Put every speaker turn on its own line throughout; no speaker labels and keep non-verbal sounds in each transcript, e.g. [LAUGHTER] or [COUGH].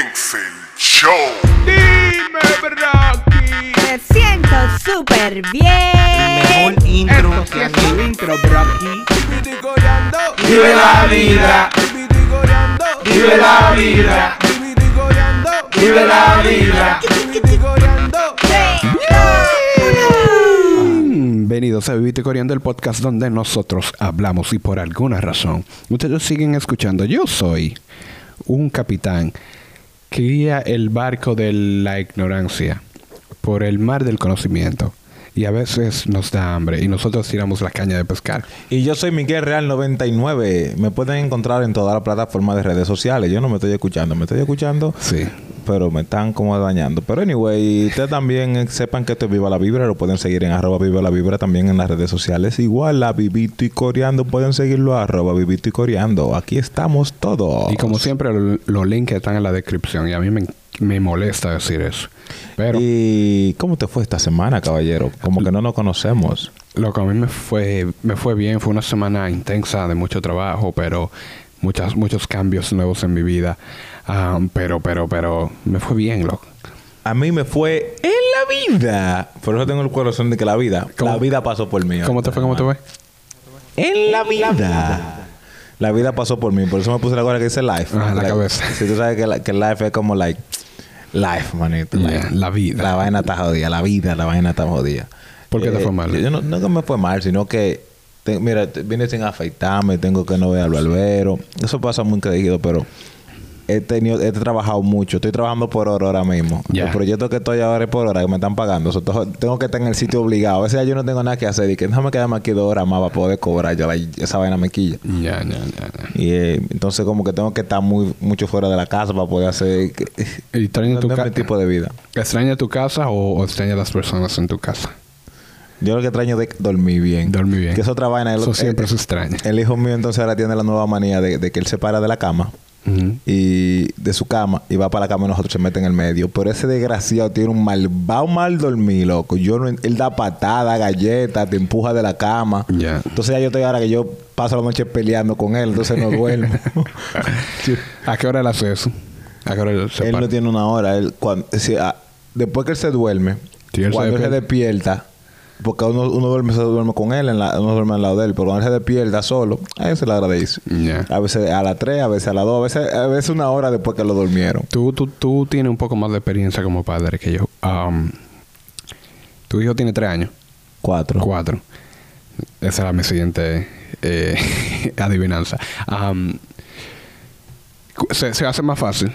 Excel Show.
Dime, Brocky.
Me siento súper bien.
Mejor intro
Esto sí
que
es
aquí.
un intro, Brocky.
Vive la vida. Vive la vida. Vive la vida.
Tres, dos, uno.
Bienvenidos a Vivito y Coreando, el podcast donde nosotros hablamos y por alguna razón ustedes siguen escuchando. Yo soy un capitán que guía el barco de la ignorancia por el mar del conocimiento y a veces nos da hambre y nosotros tiramos la caña de pescar.
Y yo soy Miguel Real 99. Me pueden encontrar en todas las plataformas de redes sociales. Yo no me estoy escuchando, me estoy escuchando,
Sí.
pero me están como dañando. Pero anyway, ustedes también eh, sepan que esto es Viva la Vibra. Lo pueden seguir en arroba Viva la Vibra también en las redes sociales. Igual a Vivito y Coreando pueden seguirlo a arroba Vivito y Coreando. Aquí estamos todos.
Y como siempre, lo- los links están en la descripción y a mí me, me molesta decir eso. Pero
¿Y cómo te fue esta semana, caballero? Como que no nos conocemos.
Lo que a mí me fue, me fue bien, fue una semana intensa de mucho trabajo, pero muchas, muchos cambios nuevos en mi vida. Ah, pero, pero, pero, me fue bien, loco.
A mí me fue en la vida. Por eso tengo el corazón de que la vida,
¿Cómo?
la vida pasó por mí.
¿Cómo te fue? ¿Cómo te fue?
En la vida. La vida pasó por mí, por eso me puse la gorra que dice life.
Ah, la cabeza.
Si tú sabes que, la- que life es como like life, manito.
Yeah,
like,
la vida.
La vaina está jodida, la vida, la vaina está jodida. Eh,
¿Por qué te fue mal?
Yo, yo no, no que me fue mal, sino que te- mira, te- vine sin afeitarme, tengo que no ver al barbero. Eso pasa muy creído, pero he tenido, he trabajado mucho. Estoy trabajando por hora ahora mismo.
Ya.
El proyecto que estoy ahora es por hora, que me están pagando. So, to- tengo que estar en el sitio obligado. A veces ya yo no tengo nada que hacer y que déjame quedarme aquí dos horas más para poder cobrar. Yo la- esa vaina me quilla.
Ya, ya, ya, ya.
Y eh, entonces como que tengo que estar muy mucho fuera de la casa para poder hacer
¿Y extraña tu,
no es mi
casa?
tipo de vida.
¿Extraña tu casa o, o extraña las personas en tu casa?
Yo lo que extraño es dormir bien.
Dormir bien.
Que es otra vaina. El-
Eso siempre
el-
se extraña.
El hijo mío entonces ahora tiene la nueva manía de, de que él se para de la cama
Ujú.
y de su cama y va para la cama y nosotros se meten en el medio. Pero ese desgraciado tiene un malvado mal dormir, loco. Yo no en- él da patada, galleta, te empuja de la cama.
Ya.
Entonces ya yo estoy ahora que yo paso la noche peleando con él, entonces
[LAUGHS]
no duermo.
¿A qué hora él hace eso? ¿A qué hora él se
él
para?
no tiene una hora. Él, cuando, si, ah, después que él se duerme,
Sí, él se
cuando él se despierta, porque uno, uno duerme, se duerme con él, en la, uno duerme al lado de él, pero cuando él se despierta solo, a él se le agradece.
Ya.
A veces a las 3, a veces a las 2, a veces, a veces una hora después que lo durmieron.
Tú, tú, tú tienes un poco más de experiencia como padre que yo. Am, tu hijo tiene tres años.
Cuatro.
Cuatro. Esa era mi siguiente eh, [LAUGHS] adivinanza. Am, cu- se, se hace más fácil.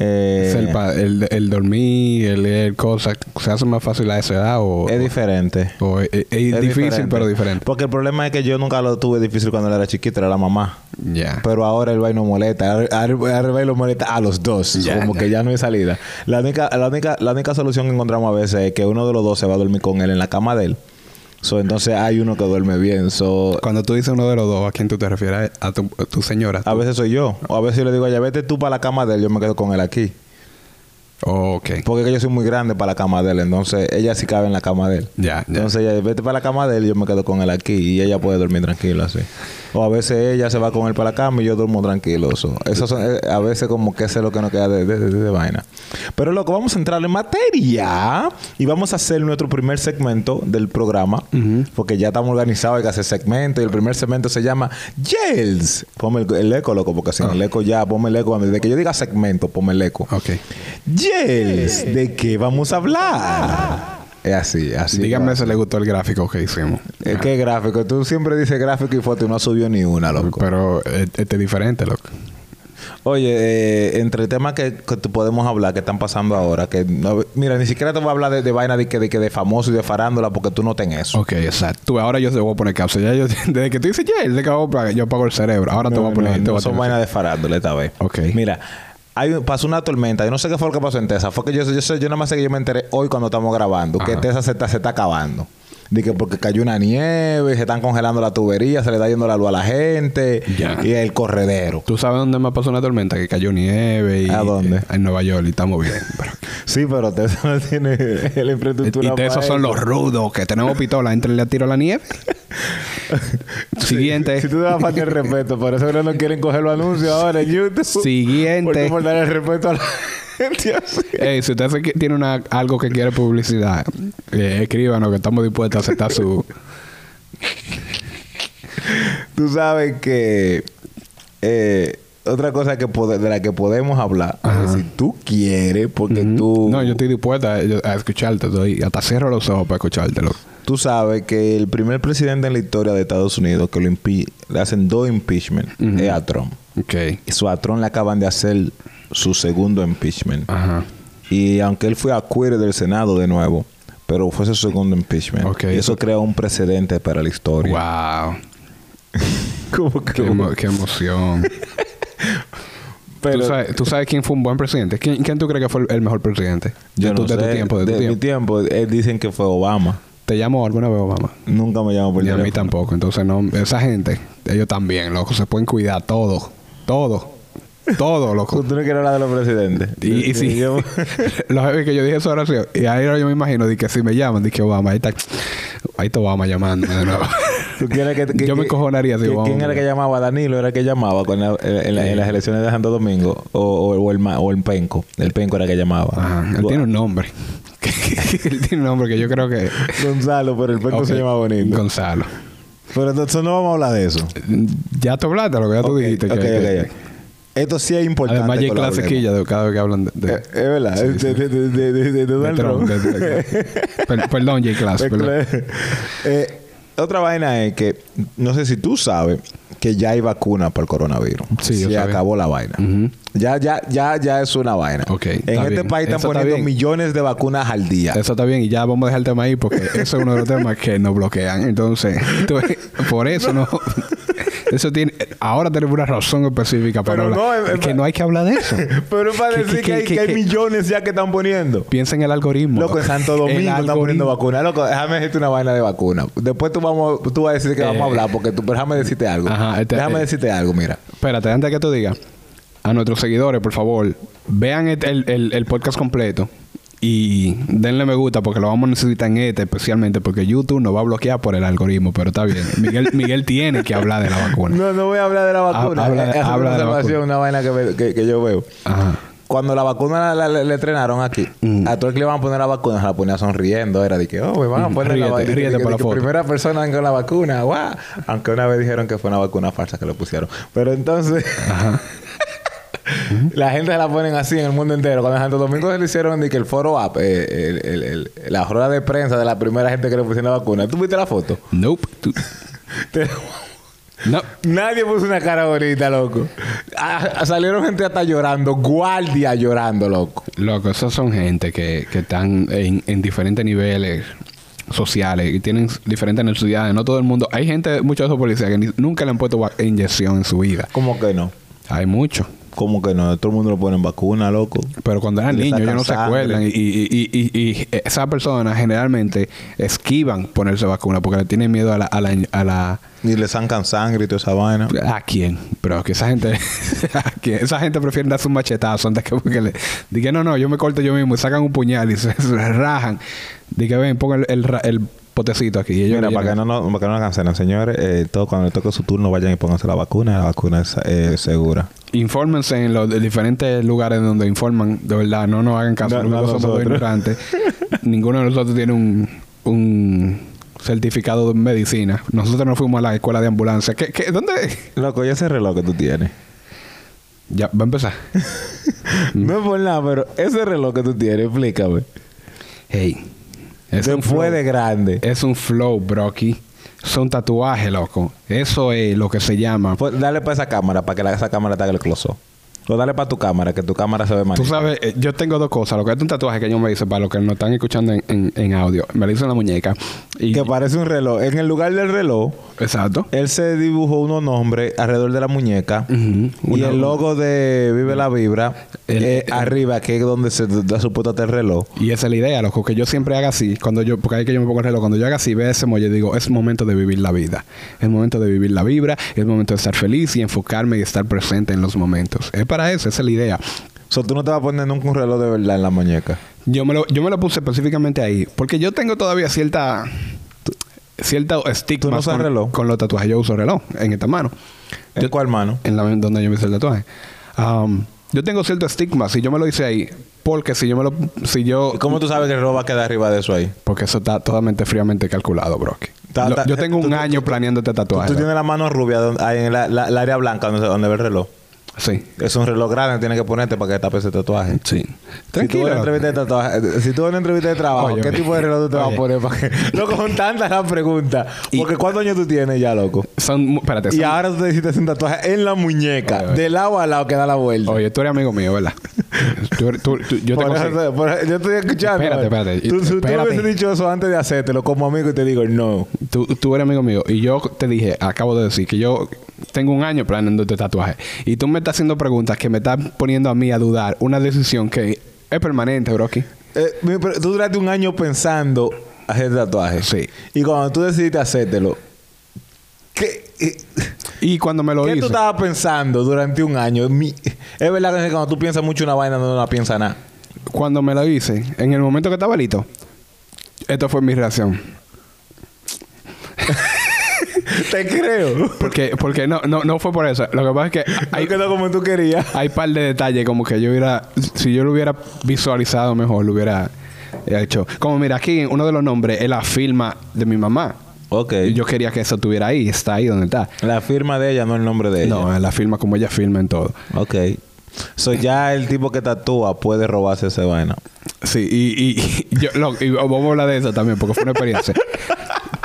Eh,
Es el, pa- el- el dormir, el leer cosas. ¿Se hace más fácil a esa edad o,
es diferente.
o es, es difícil
Es diferente.
pero diferente?
Porque el problema es que yo nunca lo tuve difícil cuando él era chiquito, era la mamá.
Ya.
Pero ahora el vaino molesta. Ahora- Ahora ahora el vaino molesta a los dos.
Ya,
como
ya.
que ya no hay salida. La única, la, única, la única solución que encontramos a veces es que uno de los dos se va a dormir con él en la cama de él. So, entonces hay uno que duerme bien. So,
Cuando tú dices uno de los dos, ¿a quién tú te refieres? ¿A tu, a tu señora?
a veces soy yo. O a veces yo le digo, ya vete tú para la cama de él, yo me quedo con él aquí.
Oh, ok.
Porque es que yo soy muy grande para la cama de él. Entonces ella sí cabe en la cama de él.
Ya, ya.
Entonces ella, vete para la cama de él, yo me quedo con él aquí y ella puede dormir tranquila así. O a veces ella se va con él para la cama y yo duermo tranquilo. so. Eso son, eh, a veces como que eso es lo que nos queda de, de- de- de vaina. Pero loco, vamos a entrar en materia y vamos a hacer nuestro primer segmento del programa. Porque ya estamos organizados, hay que hacer segmento y el primer segmento se llama Yells. Ponme el, el eco, loco, porque sin el eco ya, ponme el eco. Cuando- Desde que yo diga segmento, ponme el eco.
Ok.
Yells, ¿de qué vamos a hablar? Es así, así.
Díganme
va.
si le gustó el gráfico que hicimos.
Es que gráfico. Tú siempre dices gráfico y foto y no subió ni una, loco.
Pero eh, este es diferente, loco.
Oye, eh, entre temas que, que tú podemos hablar que están pasando ahora, que no- mira, ni siquiera te voy a hablar de, de vaina de que de, que de famoso y de farándula porque tú no ten eso.
Ok, exacto. Tú, ahora yo te voy a poner causa. Ya yo, [LAUGHS] desde que tú dices, ya, desde que vamos a pagar, yo pago el cerebro. Ahora te voy a poner. te
No,
voy a
son
tener-
vainas de farándula esta vez.
Ok.
Mira, hay, un- pasó una tormenta. Yo no sé qué fue lo que pasó en Tesa. Fue que yo, yo, sé- yo nada más sé que yo me enteré hoy cuando estamos grabando que
Ajá.
Tesa se está, se está acabando. Dije porque cayó una nieve, se están congelando la tubería, se le está yendo la luz a la gente
Ya.
y el corredero.
¿Tú sabes dónde me pasó una tormenta? Que cayó nieve y... eh,
¿A dónde?
En Nueva York y estamos bien. [LAUGHS] Pero-
Sí, pero Tesla no tiene la infraestructura.
Y te- esos
para
son
eso.
los rudos que tenemos pitola. Entre le tiro a la
[LAUGHS]
nieve. Siguiente.
Si tú te das falta el respeto, por eso que no quieren coger los anuncios ahora en YouTube. Por
Siguiente. Eh,
no por dar el respeto a la [LAUGHS] gente así.
Ey, si usted se qui- tiene una, algo que quiere publicidad, eh, escríbanos que estamos dispuestos a aceptar
[LAUGHS]
su.
Tú sabes que eh, otra cosa que pode- de la que podemos hablar, es que si tú quieres, porque tú,
No, yo estoy dispuesta a, yo- a escucharte. estoy- hasta cierro los ojos para escuchártelo.
tú sabes que el primer presidente en la historia de Estados Unidos que lo impi- le hacen dos impeachment es a Trump.
Ok.
Y su a Trump le acaban de hacer su segundo impeachment.
Ajá.
Y aunque él fue a del Senado de nuevo, pero fue su segundo impeachment.
Ok.
Y eso crea un precedente para la historia.
Wow.
[LAUGHS] ¿Cómo que?
Qué, emo- qué emoción.
[LAUGHS] Pero-
¿Tú, sabes, tú sabes quién fue un buen presidente? ¿Quién, quién tú crees que fue el- el mejor presidente?
Yo
de tu,
no
de tu
sé.
tiempo, de tu
de mi
tiempo.
tiempo. eh, dicen que fue Obama.
¿Te llamó alguna vez Obama?
Nunca me llamó por
Ni a mí
teléfono.
tampoco. Entonces, no, esa gente, ellos también, loco, se pueden cuidar todo. Todo. Todo, loco.
Tú no quieres hablar de los presidentes.
Y, y
Este,
sí,
yo-
[LAUGHS] los jefes que yo dije esa oración, y ahí ahora yo me imagino de que si me llaman, de que Obama, ahí está, ahí está Obama llamándome de nuevo.
[LAUGHS] ¿tú quieres que- que-
Yo me
que-
encojonaría si
que-
Obama
¿Quién
me
era que llamaba? ¿Danilo era el que llamaba con la- en, en la- en las elecciones de Santo Domingo? ¿O, o, o el, ma- o el Penco? El Penco era el que llamaba.
Ajá, él tiene un nombre. [LAUGHS] él tiene un nombre que yo creo que.
Gonzalo, pero el Penco
Ok,
se llama bonito.
Gonzalo.
Pero entonces no vamos a hablar de eso.
Ya tú hablaste lo que ya tú
Ok,
dijiste. que-
ok,
que-
ok. Esto sí es importante.
Además, hay
que lo hablemos.
clasequilla de cada vez que hablan de. de-
Eh, Es verdad.
Sí, sí.
De, de- de- de- de- de
de
Donald
Trump,
Trump.
de- de-
[LAUGHS]
Per- perdón, J. Class.
De
perdón.
Claire. [LAUGHS] Eh, otra vaina es que, no sé si tú sabes que ya hay vacuna para el coronavirus.
Sí, yo
Se
sabía.
acabó la vaina. Ya, ya, ya, ya es una vaina.
Ok, está
en este
bien.
país están
Eso está
poniendo
bien.
millones de vacunas al día.
Eso está bien, y ya vamos a dejar el tema ahí porque eso es uno de los temas que nos bloquean. Entonces, [LAUGHS] tú ves, por eso no. Eso tiene. Ahora tenemos una razón específica para
Pero
hablar.
no, es- es
que
pa-
no hay que hablar de
[LAUGHS]
eso.
[LAUGHS] Pero es para
¿Qué-
decir
qué-
que, hay,
qué-
que hay
qué?
millones ya que están poniendo.
Piensa en el algoritmo.
Loco, en
[LAUGHS]
Santo
El
Domingo están poniendo
algoritmo.
vacunas. Loco, déjame decirte una vaina de vacuna. Después tú, vamos, tú vas a decir que vamos a hablar porque tú... Pero déjame decirte algo.
Eh. Ajá, este-
déjame
eh.
decirte algo, mira.
Espérate, antes de que tú digas, a nuestros seguidores, por favor, vean et- el, el- el podcast completo y denle me gusta porque lo vamos a necesitar en este especialmente porque YouTube nos va a bloquear por el algoritmo, pero está bien. Miguel, Miguel tiene que hablar de la vacuna.
No, no voy a hablar de la vacuna. Eh,
habla de-
Es una
habla de la
observación,
vacuna.
una vaina que, ve- que- que yo veo.
Ajá. Mm.
Cuando la vacuna la, la- le entrenaron aquí, a todo el que le van a poner la vacuna, se la ponía sonriendo. Era de que, oh, me van a
Mm,
poner la
ríete,
vacuna.
ríete por la foto.
primera persona con la vacuna, guau. Aunque una vez dijeron que fue una vacuna falsa que le pusieron. Pero entonces, [LAUGHS] la gente se la ponen así en el mundo entero. Cuando en Santo Domingo se le hicieron de que el foro up, eh, el- el- el- la rueda de prensa de la primera gente que le pusieron la vacuna. ¿Tú viste
[LAUGHS]
la foto?
Nope. Tú-
Te-
No.
Nadie puso una cara bonita, loco. A- a- salieron gente hasta llorando, guardia llorando, loco.
Loco, esas son gente que, que están en, en diferentes niveles sociales y tienen diferentes necesidades. No todo el mundo. Hay gente, muchos de esos policías que ni- nunca le han puesto va- inyección en su vida.
¿Cómo que no?
Hay muchos.
¿Cómo que no? Todo el mundo le ponen vacuna, loco.
Pero cuando eran
Le
niños, ellos no se
sacan
acuerdan. Y,
sangre.
y, y, y- y esas personas generalmente esquivan ponerse vacuna porque le tienen miedo a la. A la, a la-
Ni le sacan sangre y toda esa vaina.
¿A quién? Pero que esa gente. [LAUGHS] ¿a quién? Esa gente prefiere darse un machetazo antes que. Porque le, dije, no, no, yo me corto yo mismo. Y sacan un puñal y se, se rajan. Dije, ven, ponga el, el, ra- el potecito aquí. Y ellos
Mira,
le
para que,
llenan.
no, nos- para que no nos cancelen, señores, eh, todo, cuando le toque su turno vayan y pónganse la vacuna. La vacuna es eh, segura.
Infórmense en los de- diferentes lugares donde informan. De verdad, no nos hagan caso.
No, no
nosotros somos dos
nosotros.
ignorantes.
[LAUGHS]
Ninguno de nosotros tiene un, un certificado de medicina. Nosotros no fuimos a la escuela de ambulancia. ¿Qué, qué, ¿Dónde?
Loco, ¿y ese reloj que tú tienes?
Ya, va a empezar.
No es por nada, pero ese reloj que tú tienes, explícame.
Hey. Es un
Después
flow.
de grande.
Es un flow, brocky. Son tatuajes, loco. Eso es lo que se llama.
Pues dale para esa cámara, para que la- esa cámara te haga el close O dale para tu cámara, que tu cámara se ve mal.
Tú sabes, eh, yo tengo dos cosas. Lo que es un tatuaje que yo me hice para los que no están escuchando en, en- en audio. Me lo hice en la muñeca. Y,
Que parece un reloj. En el lugar del reloj,
exacto.
él se dibujó unos nombres alrededor de la muñeca.
Ujú.
Y
Una-
el logo de Vive la Vibra,
El-
eh, arriba, que es donde se da supuestamente el reloj.
Y esa es la idea, loco, que yo siempre haga así, cuando yo, porque hay que yo me pongo el reloj, cuando yo haga así, ve ese molle, digo, es momento de vivir la vida, es momento de vivir la vibra, es momento de estar feliz y enfocarme y estar presente en los momentos. Es para eso, esa es la idea.
O sea, tú no te vas a poner nunca un reloj de verdad en la muñeca.
Yo me, lo, yo me lo puse específicamente ahí. Porque yo tengo todavía cierta. Cierta estigma
usas
con,
reloj? Eh.
con los tatuajes. Yo uso reloj en esta mano.
¿En
Yo-
cuál mano?
en la donde yo me hice el tatuaje. Um, yo tengo cierto estigma si yo me lo hice ahí, porque si yo me lo si yo
¿Y ¿Cómo tú sabes que el reloj va a quedar arriba de eso ahí?
porque eso está totalmente fríamente calculado, bro.
Ta-
Lo-
ta- eh,
yo tengo
tú-
un
tú-
año planeando este
Tú,
tatuaje.
tú tienes la mano rubia donde- ahí en la- la- el área blanca donde, se- donde ve el reloj.
sí.
Es un reloj grande, tienes que ponerte para que tape ese tatuaje.
Sí.
Si tú vas a
Tranquilo.
una entrevista de tatuaje- si tú vas a una entrevista de trabajo,
Oye,
¿qué
oye.
tipo de reloj tú te vas a
Oye.
poner para
[LAUGHS]
que.? Loco, con tantas las preguntas.
Y-
Porque ¿cuántos años tú tienes ya, loco?
son mu- espérate.
Y
son-
ahora tú te hiciste un tatuaje en la muñeca,
Oye, oye.
de lado a lado que da la vuelta.
Oye, tú eres amigo mío,
[LAUGHS]
¿verdad? Tú eres- tú- tú- yo te
Por
conocí.
eso- por- yo estoy escuchando.
Espérate, espérate.
Tú, si tú me
Espérate.
hubieses dicho eso antes de hacértelo como amigo y te digo, no.
Tú, tú eres amigo mío y yo te dije, acabo de decir que yo tengo un año planeando este tatuaje y tú me estás haciendo preguntas que me están poniendo a mí a dudar una decisión que es permanente, Brocky.
Eh, mi- pero tú duraste un año pensando hacer tatuajes.
Sí.
Y cuando tú decidiste hacértelo, ¿qué, eh,
Y cuando me lo
¿qué
hice,
tú estabas pensando durante un año? Mi- es verdad que cuando tú piensas mucho una vaina, no la piensas nada.
cuando me lo hice, en el momento que estaba listo, esto fue mi reacción.
Te creo.
Porque, porque no, no, no fue por eso. Lo que pasa es que
Ahí
hay,
quedó como tú querías.
hay par de detalles como que yo hubiera, si yo lo hubiera visualizado mejor, lo hubiera eh, hecho. Como mira, aquí uno de los nombres es la firma de mi mamá.
Ok.
Y yo quería que eso estuviera ahí, está ahí donde está.
La firma de ella, no eh. el nombre de ella.
No, la firma como ella firma en todo.
Ok. So ya el tipo que tatúa puede robarse esa vaina.
Sí, y, y, y [LAUGHS] yo, lo- y vamos a hablar de eso también, porque fue una experiencia.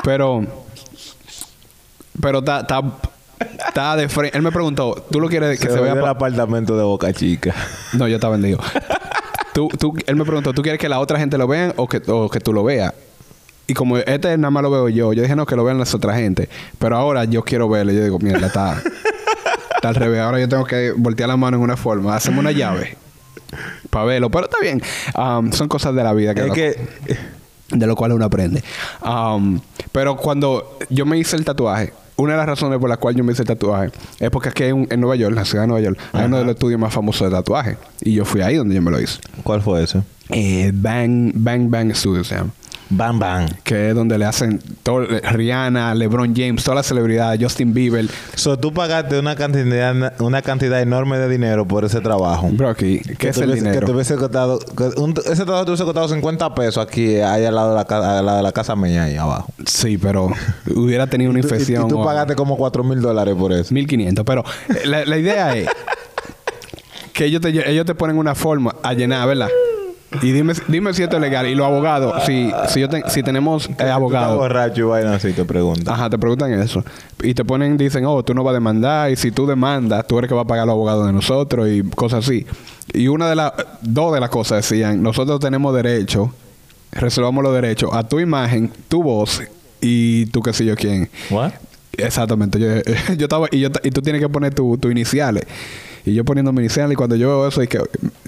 pero, pero está, está, está de frente. Él me preguntó, ¿tú lo quieres que se, vea?
el
pa-
apartamento de Boca [LAUGHS] Chica.
No, yo estaba vendido. tú, tú, él me preguntó, ¿tú quieres que la otra gente lo vean o que, o que tú lo veas? Y como este nada más lo veo yo, yo dije, no, que lo vean las otras gente. Pero ahora yo quiero verlo. Yo digo, mierda, está, está al revés. Ahora yo tengo que voltear la mano en una forma. Hacemos una llave para verlo. Pero está bien. Am, son cosas de la vida que
es
lo-
que
de lo cual uno aprende. Am, pero cuando yo me hice el tatuaje, una de las razones por las cuales yo me hice el tatuaje es porque aquí hay un- en Nueva York, en la ciudad de Nueva York, hay uno de los estudios más famosos de tatuaje. Y yo fui ahí donde yo me lo hice.
¿Cuál fue ese?
Eh, Bang, Bang Bang Studio se llama.
Bam Bam.
Que es donde le hacen todo- eh, Rihanna, LeBron James, todas las celebridades, Justin Bieber.
So, tú pagaste una cantidad, una cantidad enorme de dinero por ese trabajo.
Brocky, ¿qué
Que
es
te
el
hubiese- Que te
dinero?
hubiese costado... que un- ese trabajo te hubiese costado 50 pesos aquí, ahí al lado de la, ca- al lado de la casa mía, ahí abajo.
Sí, pero hubiera tenido una
Y tú-
infección.
Y, tú
o-
pagaste como 4 mil dólares por eso.
1500. Pero eh, la, la idea es que ellos te, lle- ellos te ponen una forma a llenar, ¿verdad? Y dime, dime si esto es legal. Y los abogados, si, si, yo te- si tenemos eh,
Tú estás
abogados.
borracho y vaina así, te pregunta.
Ajá, te preguntan eso. Y te ponen, dicen, oh, tú no vas a demandar. Y si tú demandas, tú eres que va a pagar los abogados de nosotros y cosas así. Y una de las, dos de las cosas decían, nosotros tenemos derecho, reservamos los derechos a tu imagen, tu voz y tú qué sé yo quién.
¿What?
Exactamente. Yo, eh, [LAUGHS] yo estaba... Y, yo, ta- y tú tienes que poner tus tu iniciales. Y yo poniendo mis iniciales. Y cuando yo veo eso, es que...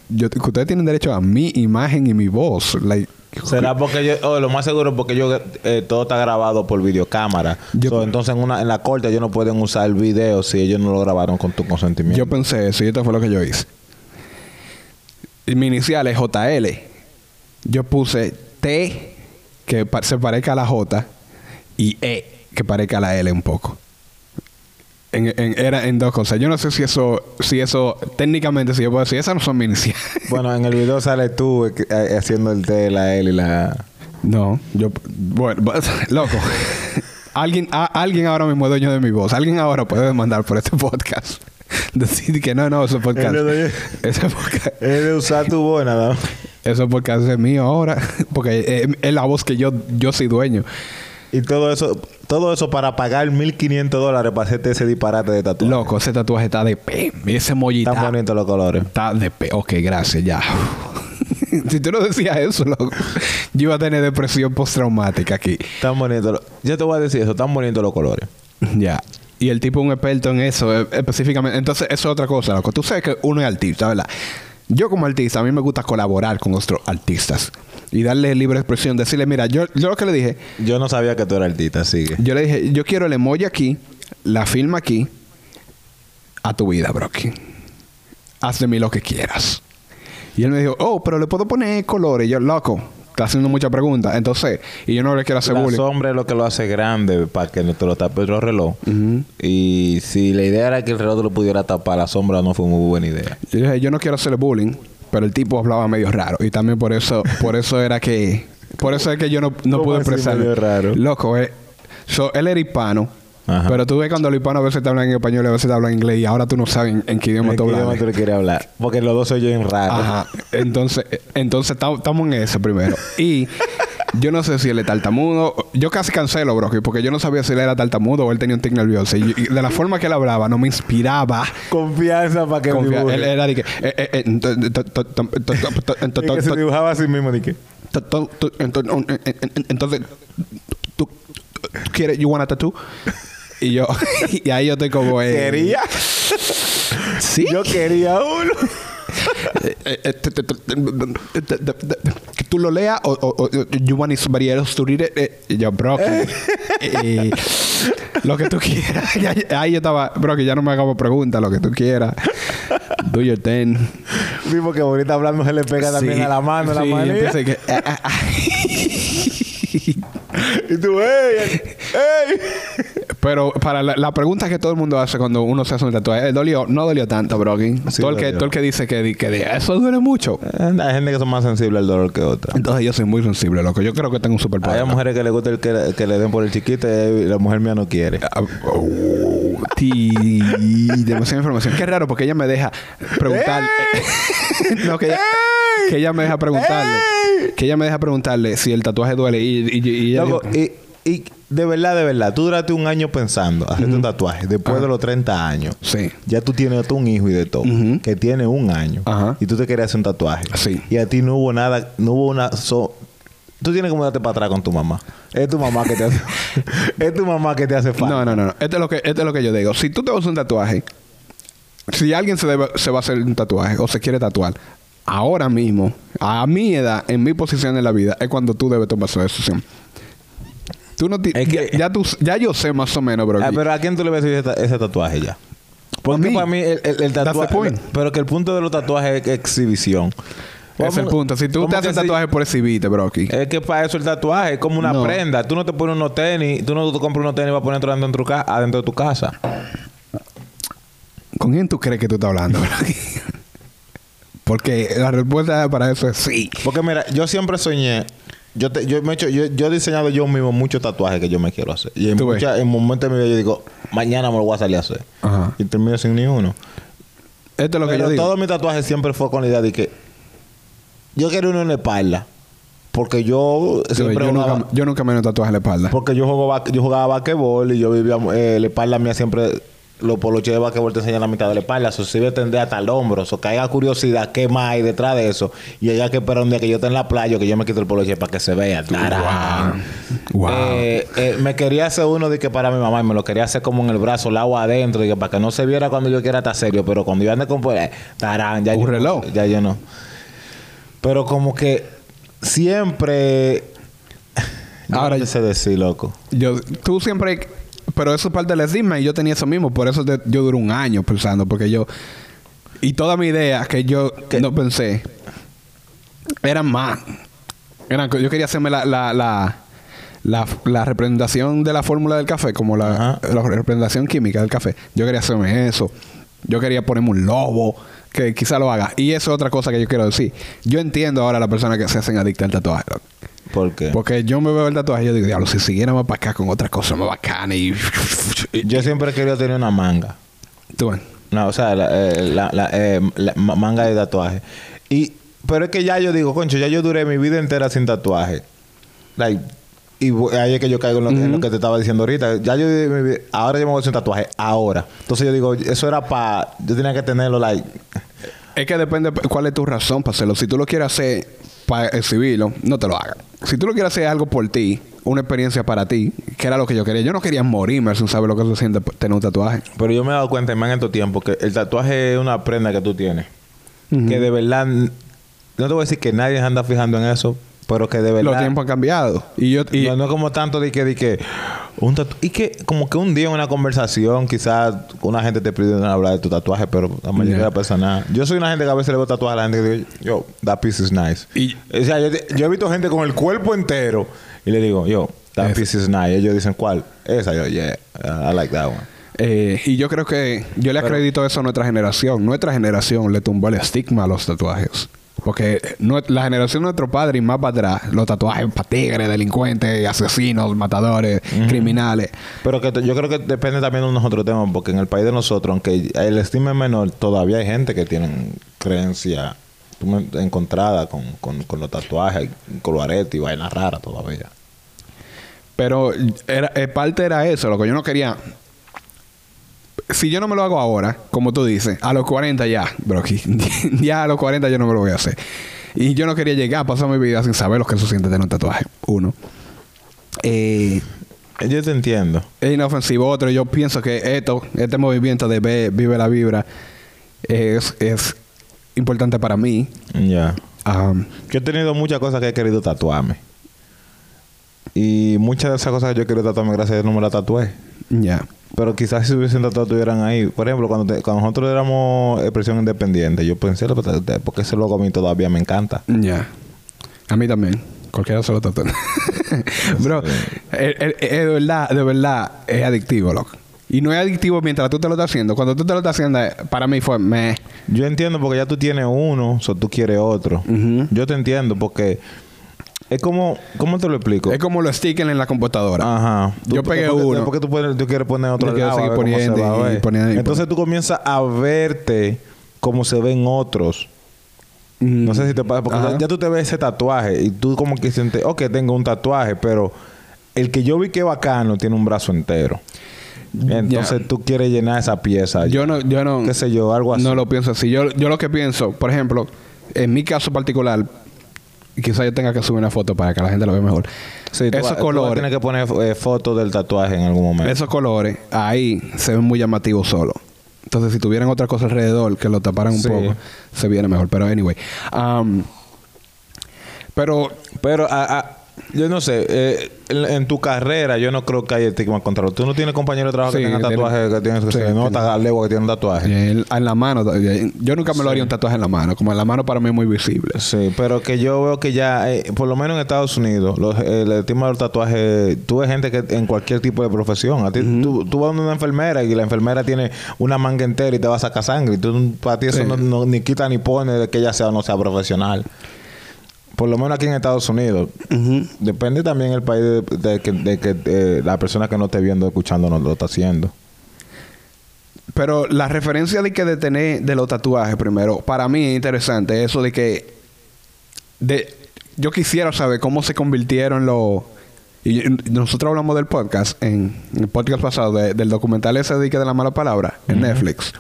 Yo, que ustedes tienen derecho a mi imagen y mi voz. Like,
Será porque yo, oh, lo más seguro es porque yo eh, todo está grabado por videocámara.
Yo-
So, entonces en una en la corte ellos no pueden usar el video si ellos no lo grabaron con tu consentimiento.
Yo pensé eso. Y esto fue lo que yo hice. Y mi inicial es JL. Yo puse T, que pa- se parezca a la J. Y E, que parezca a la L un poco. En, en- era en dos cosas. Yo no sé si eso... Si eso... Técnicamente, si yo puedo decir... Esas no son mis iniciales.
Bueno, en el video sale tú eh, que- eh, haciendo el té, la L y la...
No, yo. Bueno, [LAUGHS] loco. alguien, a- alguien ahora mismo es dueño de mi voz. Alguien ahora puede demandar por este podcast. [LAUGHS] Decir que no, no, ese podcast.
Él es dueño.
Ese podcast.
Es de usar tu voz nada más.
Ese podcast es mío ahora. [LAUGHS] Porque eh, es la voz que yo, yo soy dueño.
Y todo eso, todo eso para pagar 1.500 dólares para hacerte ese disparate de tatuaje.
Loco, ese tatuaje está de P. Ese mollita.
Tan bonitos los colores.
Está de pe... Ok, gracias, ya. [LAUGHS] si tú no decías eso, loco, yo iba a tener depresión postraumática aquí.
Tan bonitos los... Yo te voy a decir eso. Tan bonitos los colores.
[LAUGHS] Ya. Y el tipo es un experto en eso, eh, específicamente. Entonces, eso es otra cosa, loco. Tú sabes que uno es artista, ¿verdad? Yo como artista, a mí me gusta colaborar con otros artistas y darle libre expresión. Decirle, mira, yo, yo lo que le dije,
Yo no sabía que tú eras artista. Sigue.
yo le dije, yo quiero el emoji aquí, la firma aquí, a tu vida, Brocky. Haz de mí lo que quieras. Y él me dijo, oh, pero le puedo poner colores. Y yo, loco, está haciendo muchas preguntas. Entonces, y yo no le quiero hacer
La
bullying.
sombra es lo que lo hace grande para que no te lo tape el reloj. Y si la idea era que el reloj te lo pudiera tapar, la sombra no fue muy buena idea.
Yo dije, yo no quiero hacerle bullying, pero el tipo hablaba medio raro. Y también por eso, por eso era que, por eso es que yo no, no
¿Cómo
pude
así
expresar.
medio raro?
Loco, eh. So, él era hispano.
Ajá.
Pero tú ves cuando los hispanos a veces te hablan en español y a veces te hablan en inglés y ahora tú no sabes en, en qué idioma
¿De
tú
qué idioma
hablas.
tú le quieres hablar? Porque los dos oyen raro.
Ajá. Entonces, eh, entonces tam- estamos en eso primero. Y yo no sé si él es tartamudo. Yo casi cancelo, Brocky, porque yo no sabía si él era tartamudo o él tenía un tic nervioso. Y, y de la forma que él hablaba, no me inspiraba.
Confianza para que
Confía,
dibuje.
él era de que. eh, eh, eh, to- to- to- to- to- to-
[LAUGHS]
to-
Y que se
to- Eh,
dibujaba así mismo, ni que.
to- to- to- ento- en- en- en- Entonces, ¿tú tú quieres? ¿You want a tattoo? Y yo, [LAUGHS] y ahí yo estoy como. eh,
Quería.
Sí.
Yo quería uno.
[LAUGHS] Eh, eh, eh, te- te- te- te- te- te- te- te- que tú lo leas o, o, o you want somebody else to read it? Eh, y yo, bro, que- eh, lo que tú quieras. [LAUGHS] Ya- ya- Ahí yo estaba, bro, que ya no me hagamos preguntas, lo que tú quieras. Do your thing.
Sí, porque ahorita hablando se le pega también
Sí.
a la mano, a
Sí,
la mano.
empieza que, ah, ah, ah.
[LAUGHS] Y tú, ¡ey! ¡ey!
Pero para la, la pregunta que todo el mundo hace cuando uno se hace un tatuaje, eh, ¿dolió? No dolió tanto, bro. aquí.
Sí,
todo, el que,
dolió.
todo el que dice que, di- que di- eso duele mucho.
Eh, Hay gente que son más sensibles al dolor que otras.
Entonces yo soy muy sensible, loco. Yo creo que tengo un superpoder.
Hay mujeres que le gusta el que, le- que le den por el chiquito y la mujer mía no quiere.
Ah, oh, ti- demasiada información. Qué raro, porque ella me deja preguntarle. [LAUGHS] no, que ella, que ella me deja preguntarle. Que ella me deja preguntarle si el tatuaje duele. Y, y- y ella
Loco,
dijo-
y, y de verdad, de verdad, tú duraste un año pensando hacerte un tatuaje después de los 30 años.
Sí.
Ya tú tienes hasta un hijo y de todo,
Ujú.
que tiene un año.
Ajá.
Y tú te querías hacer un tatuaje.
Sí.
Y a ti no hubo nada, no hubo una. so- tú tienes que mudarte para atrás con tu mamá. Es tu mamá que te hace. [LAUGHS] es tu mamá que te hace falta.
No, no, no. no. Esto, es lo que, esto es lo que yo digo. Si tú te vas a hacer un tatuaje, si alguien se, debe- se va a hacer un tatuaje o se quiere tatuar, ahora mismo, a mi edad, en mi posición en la vida, es cuando tú debes tomar esa decisión. Tú no ti-
Es que-
ya, ya tú- ya yo sé más o menos, bro.
Ah, pero ¿a quién tú le ves ese, ta- ese tatuaje ya?
A
Porque
mí.
para mí el, el- el
That's the
tatuaje.
point.
Pero que el punto de los tatuajes es exhibición.
es el punto. Si tú
¿Cómo
te
que
haces
si-
tatuaje por exhibirte, Brocky.
Es que para eso el tatuaje es como una
No.
prenda. Tú no te pones unos tenis, tú no te compras unos tenis para ponértelo adentro, en tu ca- adentro de tu casa.
¿Con quién tú crees que tú estás hablando, Brocky? [LAUGHS] Porque la respuesta para eso es sí.
Porque mira, yo siempre soñé. Yo, te- yo, me he hecho- yo, yo he diseñado yo mismo muchos tatuajes que yo me quiero hacer. Y en,
Tú ves.
mucha- en momentos de mi vida yo digo, mañana me lo voy a salir a hacer.
Ajá.
Y termino sin ni uno.
Esto es lo que
Pero
yo digo.
todo mi tatuaje siempre fue con la idea de que yo quiero uno en la espalda. Porque yo
Tú ves,
siempre
yo,
jugaba-
nunca, yo nunca me he tatuaje en la espalda.
Porque yo jugaba, yo jugaba basquetbol y yo vivía... eh, la espalda mía siempre... Los poloches de basquetbol te enseñan la mitad de la espalda. Eso sí me tendría hasta el hombro. Eso que haya curiosidad. ¿Qué más hay detrás de eso? Y haya que esperar un día que yo esté en la playa que yo me quito el poloche para que se vea. Tarán.
Wow.
Eh, eh, me quería hacer uno de que para mi mamá y me lo quería hacer como en el brazo, el agua adentro, de que para que no se viera cuando yo quiera estar serio, pero cuando yo ande con pues, eh, tarán, ya
Un
yo,
reloj.
ya yo no. Pero como que siempre yo
Ahora-
no sé decir, loco.
Yo, tú siempre. Pero eso es parte del estigma y yo tenía eso mismo. Por eso te- yo duré un año pensando, porque yo. Y toda mi idea que yo no pensé eran más. Eran, co- yo quería hacerme la. la, la la, la representación de la fórmula del café, como la,
Ajá.
la representación química del café. Yo quería hacerme eso. Yo quería ponerme un lobo, que quizá lo haga. Y eso es otra cosa que yo quiero decir. Yo entiendo ahora a las personas que se hacen adictas al tatuaje. loco.
Porque
Porque yo me veo el tatuaje y yo digo, diablo, si siguiera más para acá con otra cosa más bacana y...
yo siempre he querido tener una manga.
Tú ves.
No, o sea, la, eh, la- la, eh, la ma- manga de tatuaje. Y, pero es que ya yo digo, concho, ya yo duré mi vida entera sin tatuaje. Like, y bu- ahí es que yo caigo en lo, en lo que te estaba diciendo ahorita. Ya yo duré mi vida- ahora yo me voy a hacer un tatuaje, ahora. Entonces yo digo, eso era para, yo tenía que tenerlo, like,
Es que depende p- cuál es tu razón para hacerlo. Si tú lo quieres hacer para exhibirlo, no te lo hagas. Si tú lo quieres hacer algo por ti, una experiencia para ti, que era lo que yo quería. Yo no quería morirme sin saber lo que se siente p- tener un tatuaje.
Pero yo me he dado cuenta, más en estos tiempos, que el tatuaje es una prenda que tú tienes. Que de verdad, n- no te voy a decir que nadie anda fijando en eso, Pero que de verdad.
Los tiempos han cambiado. Y yo, y-
no, no como tanto de que, de que un tatu- y que como que un día en una conversación quizás una gente te pide hablar de tu tatuaje, pero la mayoría
Ya.
de las personas, yo soy una gente que a veces le veo tatuaje a la gente que digo, yo, that piece is nice.
Y-
o sea, yo, te- yo he visto gente con el cuerpo entero y le digo, yo, that
Esa.
piece is nice. ellos dicen, ¿cuál? Esa, yo, yeah, I like that one.
eh, y yo creo que yo le acredito eso a nuestra generación. Nuestra generación le tumbó el estigma a los tatuajes. Porque nue- la generación de nuestro padre y más para atrás, los tatuajes para tigres, delincuentes, asesinos, matadores, criminales.
Pero que t- yo creo que depende también de unos otros temas, porque en el país de nosotros, aunque el estigma es menor, todavía hay gente que tiene creencia tú me- encontrada con, con, con los tatuajes, con los aretes y vainas raras todavía.
Pero era, eh, parte era eso, lo que yo no quería. Si yo no me lo hago ahora, como tú dices, a los 40 ya, bro, [LAUGHS] ya a los 40 yo no me lo voy a hacer. Y yo no quería llegar a pasar mi vida sin saber lo que se siente tener un tatuaje. Uno. Eh,
Eh, Yo te entiendo.
es inofensivo. Otro, yo pienso que esto, este movimiento de ve- Vive la Vibra es, es importante para mí. Um,
Ya.
Am,
Yo he tenido muchas cosas que he querido tatuarme. Y muchas de esas cosas que yo he querido tatuarme, gracias a Dios, no me las tatué.
ya.
Pero quizás si hubiesen tatuado estuvieran ahí. Por ejemplo, cuando, te- cuando nosotros éramos expresión independiente, yo pensé, porque ese loco a mí todavía me encanta.
Ya. A mí también. Cualquiera se lo tatúa. [LAUGHS] Bro, eh, eh, eh, de verdad, de verdad, es adictivo, loco. Y no es adictivo mientras tú te lo estás haciendo. Cuando tú te lo estás haciendo, eh, para mí fue meh.
Yo entiendo porque ya tú tienes uno, o tú quieres otro.
Ujú.
Yo te entiendo porque es como, ¿cómo te lo explico?
Es como los stickers en la computadora.
Ajá.
Yo pegué
porque-
uno.
Porque tú, puedes- tú quieres poner otro
Yo quiero
lado, a
seguir
ver cómo se
poniendo
va a
y-
ver.
y poniendo y
Entonces tú comienzas a verte como se ven otros. No sé si te pasa, porque
Ajá.
ya, ya tú te ves ese tatuaje y tú como que sientes, ok, tengo un tatuaje, pero el que yo vi que bacano tiene un brazo entero. Entonces tú quieres llenar esa pieza.
Yo no, yo no.
Qué sé yo, algo así.
No lo pienso así. Yo, yo lo que pienso, por ejemplo, en mi caso particular, quizás yo tenga que subir una foto para que la gente lo vea mejor.
Sí, tú
esos
vas- tú vas a
colores,
tener que poner eh, fotos del tatuaje en algún momento.
esos colores, ahí se ven muy llamativos solo. Entonces, si tuvieran otra cosa alrededor que lo taparan un
Sí.
poco, se viene mejor. Pero, anyway. um, pero,
Pero a- a- yo no sé, eh, en, en tu carrera yo no creo que haya estigma contra Tú no tienes compañero de trabajo
Sí,
que tenga
tiene-
tatuaje, que tiene, que
sí,
se le nota
tiene.
a legua que tiene un tatuaje.
en, en la mano, eh, yo nunca me lo haría un tatuaje en la mano. Como en la mano para mí es muy visible.
Sí, pero que yo veo que ya, eh, por lo menos en Estados Unidos, los, eh, el, el tema del tatuaje, tú ves gente que en cualquier tipo de profesión. A ti, tú, tú vas a una enfermera y la enfermera tiene una manga entera y te va a sacar sangre. Y tú, para ti eso
Sí.
no, no- ni quita ni pone de que ella sea o no sea profesional. Por lo menos aquí en Estados Unidos. Depende también el país de, de que, de que, eh, la persona que no esté viendo, escuchando, no lo está haciendo.
Pero la referencia de que de tener de los tatuajes primero, para mí es interesante eso de que de yo quisiera saber cómo se convirtieron los y y nosotros hablamos del podcast en en el podcast pasado de- del documental ese de que de la mala palabra en Netflix.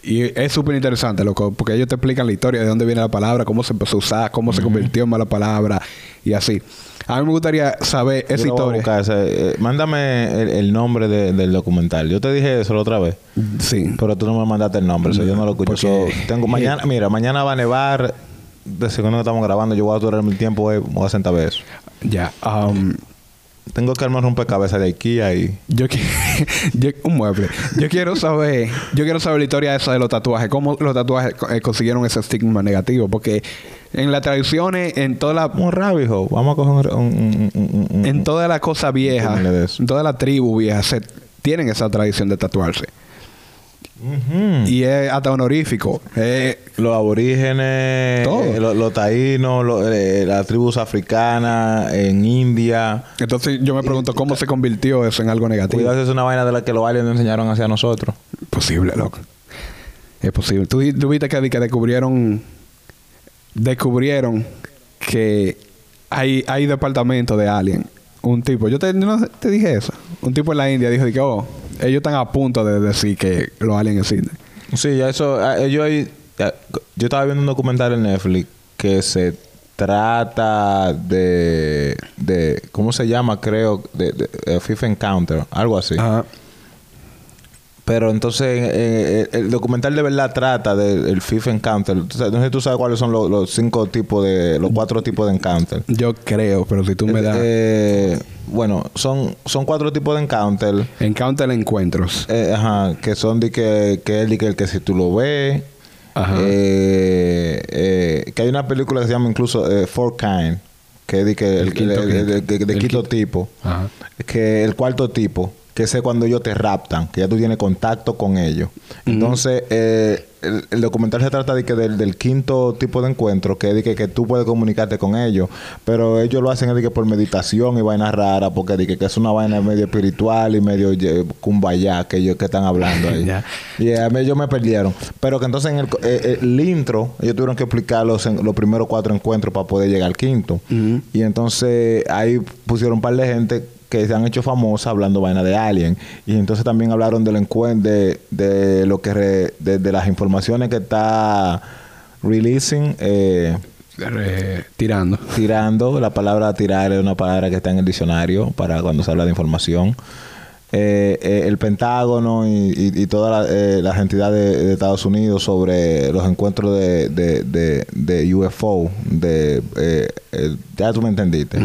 Y es súper interesante, loco, porque ellos te explican la historia de dónde viene la palabra, cómo se empezó a usar, cómo se convirtió en mala palabra y así. A mí me gustaría saber esa
Yo lo voy a
historia.
buscar, ese, eh, mándame el, el nombre de- del documental. Yo te dije eso la otra vez.
Sí.
Pero tú no me mandaste el nombre, eso yo no lo escucho.
Porque-
Eso tengo mañana, mira, mañana va a nevar. De segundo que estamos grabando, yo voy a durar mi tiempo, hoy, me voy a sentar a ver eso.
Ya. um,
Tengo que armar un rompecabezas de IKEA y
Yo, qui- [LAUGHS] yo- un mueble. Yo quiero saber, yo quiero saber la historia esa de los tatuajes, cómo los tatuajes co- eh, consiguieron ese estigma negativo, porque en las tradiciones, en toda la
un rabijo. Vamos a coger un, un- un- un- un-
en toda la cosa vieja,
Ponle de eso.
en toda la tribu vieja se tienen esa tradición de tatuarse
Ujú.
y es hasta honorífico. Eh,
los aborígenes,
Todo.
eh, los, los taínos, los, eh, las tribus africanas, en India.
entonces yo me pregunto cómo se convirtió eso en algo negativo.
Cuidado, es una vaina de la que los aliens nos enseñaron hacia nosotros.
Posible, loco. Es posible. Tú, di- tú viste que, di- que descubrieron. Descubrieron que hay, hay departamentos de alien. Un tipo, yo te, no te dije eso. Un tipo en la India dijo de que, oh, ellos están a punto de decir que los aliens existen.
Sí, ya eso. ah, eh, Yo, ahí- ya, yo estaba viendo un documental en Netflix que se trata de. de ¿Cómo se llama? Creo. De, de, eh, Fifth Encounter, algo así.
Ajá.
Pero entonces eh, el documental de verdad trata del el Fifth Encounter. O sea, no sé si tú sabes cuáles son los, los cinco tipos de... Los cuatro tipos de encounter.
Yo creo, pero si tú me das...
Eh, bueno, son, son cuatro tipos de encounter.
Encounter encuentros.
Eh, ajá, que son de que, que él y que el que si tú lo ves.
Ajá.
Eh, eh, que hay una película que se llama incluso eh, Four Kind, que es de que el,
quinto-
el- el- el- de- de
el
quinto
quinto-
tipo,
Ajá.
que el cuarto tipo, que ese es cuando ellos te raptan, que ya tú tienes contacto con ellos. Entonces, eh, el, el documental se trata de que del, del quinto tipo de encuentro, que es de que, que tú puedes comunicarte con ellos, pero ellos lo hacen es de que por meditación y vainas raras, porque de que, que es una vaina medio espiritual y medio eh, cumbayá que ellos que están hablando ahí.
Ya.
Y a mí ellos me perdieron. Pero que entonces en el, co- eh, eh, el intro, ellos tuvieron que explicar los, en- los primeros cuatro encuentros para poder llegar al quinto. Y entonces ahí pusieron un par de gente que se han hecho famosa hablando vaina de Alien. Y entonces también hablaron del encuen- de, de lo que re- de, de las informaciones que está releasing, eh,
Re- tirando.
tirando. La palabra tirar es una palabra que está en el diccionario para cuando se habla de información. Eh, eh, el Pentágono y, y- y todas la- eh, las entidades de, de Estados Unidos sobre los encuentros de, de, de- de UFO, de, eh, eh, ya tú me entendiste.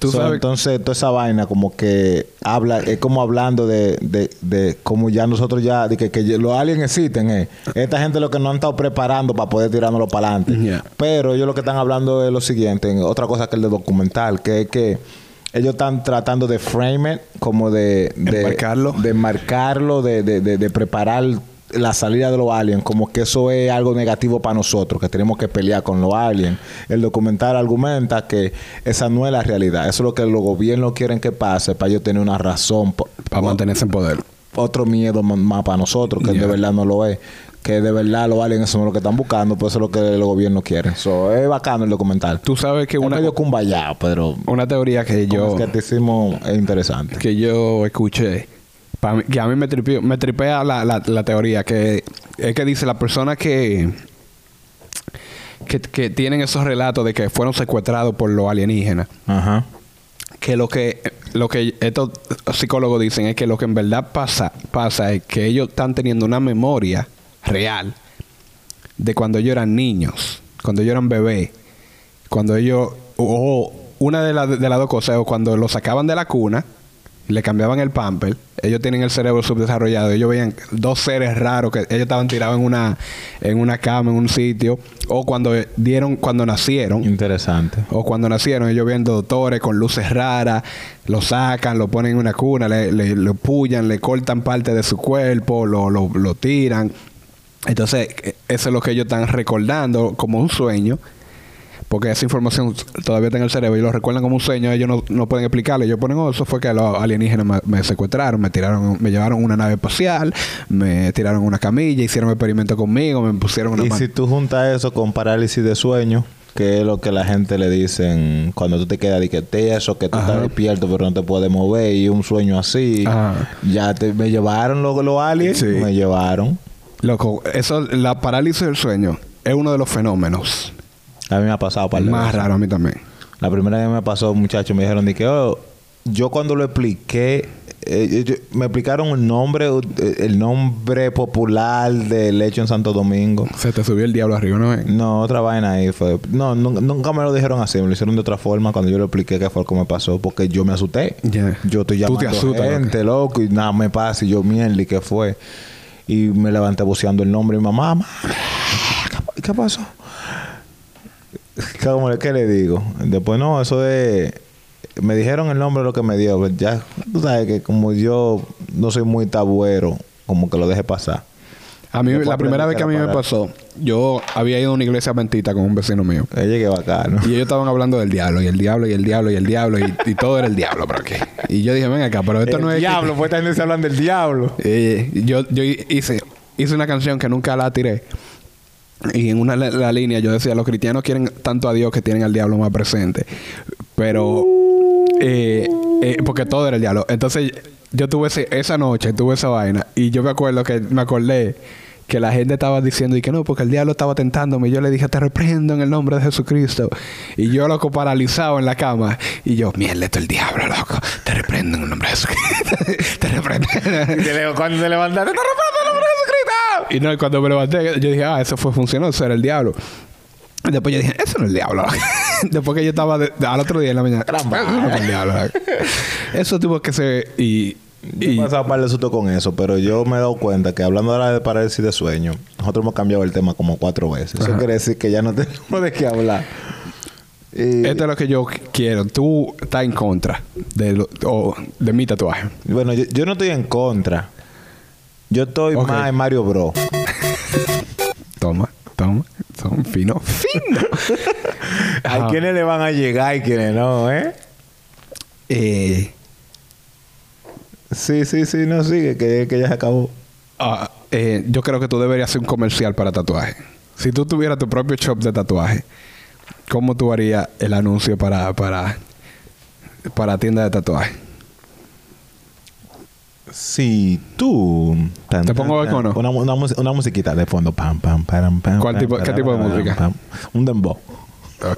Tú
So,
sabes-
Entonces, toda esa vaina como que habla, es como hablando de, de, de como ya nosotros ya, de que, que ya- los aliens existen, eh. Esta gente es lo que no han estado preparando para poder tirárnoslo para adelante.
Ya.
Pero ellos lo que están hablando es lo siguiente, en otra cosa que el de documental, que es que ellos están tratando de frame it, como de... de
Enmarcarlo.
De marcarlo, de, de, de- de preparar la salida de los aliens, como que eso es algo negativo para nosotros, que tenemos que pelear con los aliens. El documental argumenta que esa no es la realidad, eso es lo que los gobiernos quieren que pase para ellos tener una razón po-
Para mantenerse en poder.
otro miedo ma- más para nosotros, que
Ya.
de verdad no lo es. Que de verdad los aliens eso no es lo que están buscando, pues eso es lo que el gobierno quiere. So, es bacano el documental.
Tú sabes que
es
una,
medio cumbayá, pero
una teoría que yo...
el escepticismo es interesante.
que yo escuché, pa' mí- que a mí me, tripió- me tripea la, la- la teoría, que es que dice la persona que, que, que tienen esos relatos de que fueron secuestrados por los alienígenas,
Ajá.
que lo que lo que estos psicólogos dicen es que lo que en verdad pasa, pasa es que ellos están teniendo una memoria real de cuando ellos eran niños, cuando ellos eran bebés, cuando ellos, o una de, las- de las dos cosas, o cuando los sacaban de la cuna, le cambiaban el pamper, ellos tienen el cerebro subdesarrollado, ellos veían dos seres raros que ellos estaban tirados en una, en una cama, en un sitio, o cuando dieron, cuando nacieron,
Interesante.
o cuando nacieron, ellos viendo doctores con luces raras, lo sacan, lo ponen en una cuna, le, le- lo pullan, le cortan parte de su cuerpo, lo, lo- lo tiran. Entonces, eh, eso es lo que ellos están recordando como un sueño, porque esa información todavía está en el cerebro y lo recuerdan como un sueño, ellos no, no pueden explicarlo. Ellos ponen, oh, eso fue que los alienígenas me, me secuestraron, me tiraron, me llevaron a una nave espacial, me tiraron a una camilla, hicieron experimentos conmigo, me pusieron una
Y
man-
si tú juntas eso con parálisis de sueño, que es lo que la gente le dicen cuando tú te quedas de que te eso, que tú estás despierto pero no te puedes mover y un sueño así,
Ajá.
ya te, me llevaron los, los aliens,
Sí.
me llevaron.
Loco, eso, la parálisis del sueño es uno de los fenómenos
A mí me ha pasado para
más raro a mí también.
La primera vez que me pasó, muchachos, me dijeron de que oh, yo cuando lo expliqué, eh, yo- me explicaron el nombre, eh, el nombre popular del hecho en Santo Domingo.
Se te subió el diablo arriba, ¿no? ven?
No, otra vaina ahí fue. No, nun- nunca me lo dijeron así, me lo hicieron de otra forma cuando yo lo expliqué que fue como me pasó, porque yo me asusté.
Ya.
Yo estoy
Tú
llamando
te asustas,
gente, loco, y nada me pasa, y yo mierda, ¿y qué fue? Y me levanté voceando el nombre y mamá, mamá, ¿qué, qué pasó? ¿Cómo le- ¿Qué le digo? Después no, eso de... Me dijeron el nombre de lo que me dio, pues ya, tú sabes que como yo no soy muy tabuero, como que lo dejé pasar.
A mí,
Yo puedo
la primera
aprender
vez que a mí
a
me
parar.
pasó, yo había ido a una iglesia mentita con un vecino mío.
Ahí llegué bacano.
Y ellos estaban hablando del diablo, y el diablo, y el diablo, y el diablo, y, y todo era el diablo por aquí. Y yo dije, ven acá, pero esto
El
no es... que-
diablo, pues esta gente se hablan del diablo.
Eh, yo yo hice, hice una canción que nunca la tiré. Y en una la, la línea yo decía, los cristianos quieren tanto a Dios que tienen al diablo más presente. Pero, eh, eh, porque todo era el diablo. Entonces yo tuve ese- esa noche, tuve esa vaina. Y yo me acuerdo que me acordé que la gente estaba diciendo y que no, porque el diablo estaba tentándome. Y yo le dije, te reprendo en el nombre de Jesucristo. Y yo, loco, paralizado en la cama. Y yo, mierda, esto es el diablo, loco. Te reprendo. reprendo en el nombre de Jesucristo. [LAUGHS] te reprendo.
Te leo- Cuando te levantaste, te rompo el nombre de Jesucristo.
Y no, y cuando me levanté, yo dije, ah, eso fue funcionó, eso era el diablo. Y después yo dije, eso no es el diablo. [LAUGHS] Después que yo estaba de- al otro día en la mañana, eso no fue el diablo. Eso tuvo que ser. Y,
Yo
y-
he pasado par de susto con eso, pero yo me he dado cuenta que hablando ahora de parálisis de sueño, nosotros hemos cambiado el tema como cuatro veces. Eso quiere decir que ya no [LAUGHS] tenemos de qué hablar. Y,
esto es lo que yo quiero. Tú estás en contra de, lo- o de mi tatuaje.
Bueno, yo, yo no estoy en contra. Yo estoy
Ok.
más en Mario Bros.
Toma, toma, toma, fino, fino.
¿A quiénes le van a llegar y quiénes no, eh?
Eh,
Sí, sí, sí, no sigue, que, que ya se acabó.
ah, eh, yo creo que tú deberías hacer un comercial para tatuaje. Si tú tuvieras tu propio shop de tatuaje, ¿cómo tú harías el anuncio para, para, para tienda de tatuaje?
Si tú... tan,
¿Te pongo
tan, tan,
balcón o no?
Una, mu- una, mus- una musiquita de fondo. Pam, pam, pam, pam,
¿Cuál
pam,
tipo- qué
pam,
tipo de
pam,
música?
pam. Un dembow.
[LAUGHS]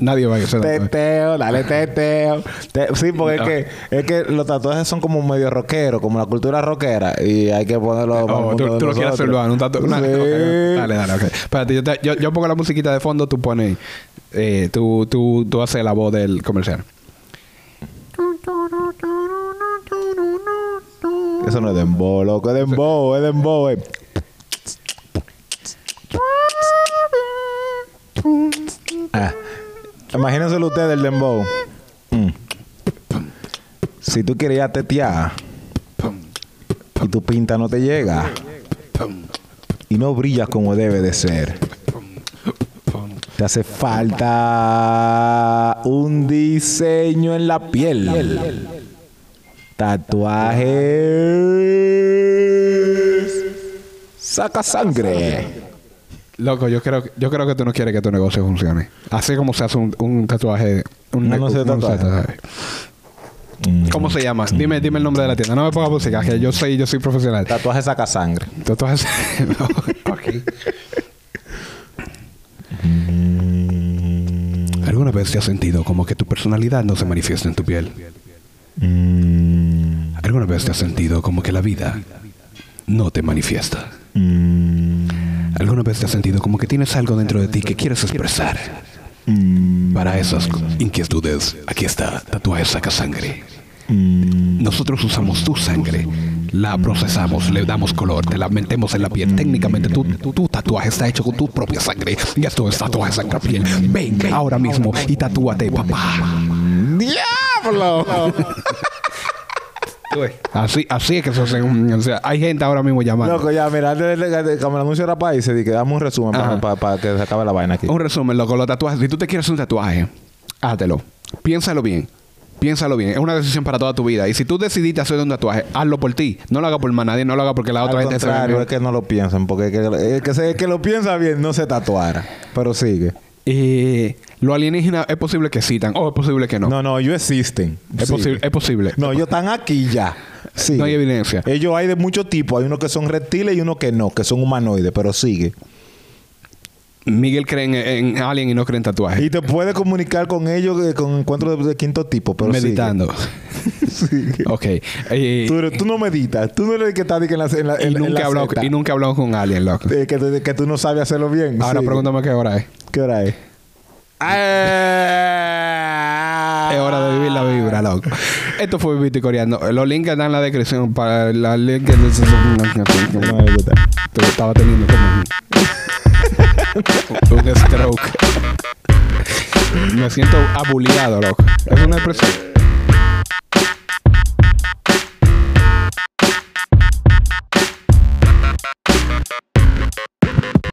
Nadie va a hacer tatuaje.
Teteo, dale teteo. Te- sí, porque
No.
es, que, es que los tatuajes son como medio rockero, como la cultura rockera. Y hay que ponerlo... para el
Oh,
mundo
tú,
de
tú lo quieres
nosotros.
hacer urbano, un tatu- una-
Sí.
ok, Dale, dale, ok. Espérate, yo, te- yo, yo pongo la musiquita de fondo, tú pones. eh, tú, tú, tú haces la voz del comercial.
Eso no es dembow, loco. Es dembow, es dembow, eh. Ah. Imagínenselo ustedes el dembow. Mm. Si tú quieres ya tetear y tu pinta no te llega y no brilla como debe de ser, te hace falta un diseño en la piel. Tatuajes. Saca sangre.
Loco, yo creo, que- yo creo que tú no quieres que tu negocio funcione. Así como se hace un, un tatuaje. Un
No, no sé
un- un
tatuaje. Mm.
¿Cómo se llama? Dime, dime el nombre de la tienda. No me pongas música, que yo soy, yo soy profesional.
Tatuaje saca sangre.
Tatuajes. [LAUGHS] ok. Mm. ¿Alguna vez te has sentido como que tu personalidad no se manifiesta en tu piel?
Mm,
¿Alguna vez te has sentido como que la vida no te manifiesta?
mm.
¿Alguna vez te has sentido como que tienes algo dentro de ti que quieres expresar?
Mm.
Para esas inquietudes, aquí está, tatuaje saca sangre.
Mm.
Nosotros usamos tu sangre, la procesamos, le damos color, te la metemos en la piel. Técnicamente, tu, tu, tu tatuaje está hecho con tu propia sangre. Y esto es tatuaje sangre piel. Ven ahora mismo y tatúate, papá.
¡Diablo!
[LAUGHS] Así, así es que se hace. un- O sea, hay gente ahora mismo llamando.
Loco, ya, mira, antes de- de- de- como el anuncio era país, se dije, dame un resumen para
Ajá.
que se acabe la vaina aquí.
Un resumen, loco, los tatuajes. Si tú te quieres hacer un tatuaje, hátelo. Piénsalo bien. Piénsalo bien. Es una decisión para toda tu vida. Y si tú decidiste hacer un tatuaje, hazlo por ti. No lo hagas por más nadie, no lo hagas porque la otra
Al
gente se ve
contrario,
mejor.
es que no lo piensan, porque el que, el que se- el que lo piensa bien no se tatuara. Pero sigue.
Eh, los alienígenas es posible que existan o es posible que no.
No, no, ellos existen.
es,
Sigue.
posible, es posible.
No, ellos están aquí ya. Sí.
No hay evidencia.
Ellos hay de mucho tipo. Hay unos que son reptiles y unos que no, que son humanoides, pero sigue.
Miguel cree en, en alien y no cree en tatuajes.
Y te puedes comunicar con ellos eh, con encuentros de, de quinto tipo, pero sigue. [LAUGHS]
meditando.
Sigue.
ok. Eh,
Tú, eres- tú no meditas. Tú no eres el que está de que en la, en la-
y,
en- en
nunca
la
habló,
secta.
y nunca habló con alien, loco.
Eh, que, tú- que tú no sabes hacerlo bien.
Ahora
Sigue.
pregúntame qué hora es.
¿Qué hora es?
Es hora de vivir la vibra, loco. Esto fue Vivito y Coreando. Los links están en la descripción para la link que
No, es verdad.
Te estaba teniendo como un, [LAUGHS] un stroke. Me siento abuleado, loco. Es una expresión.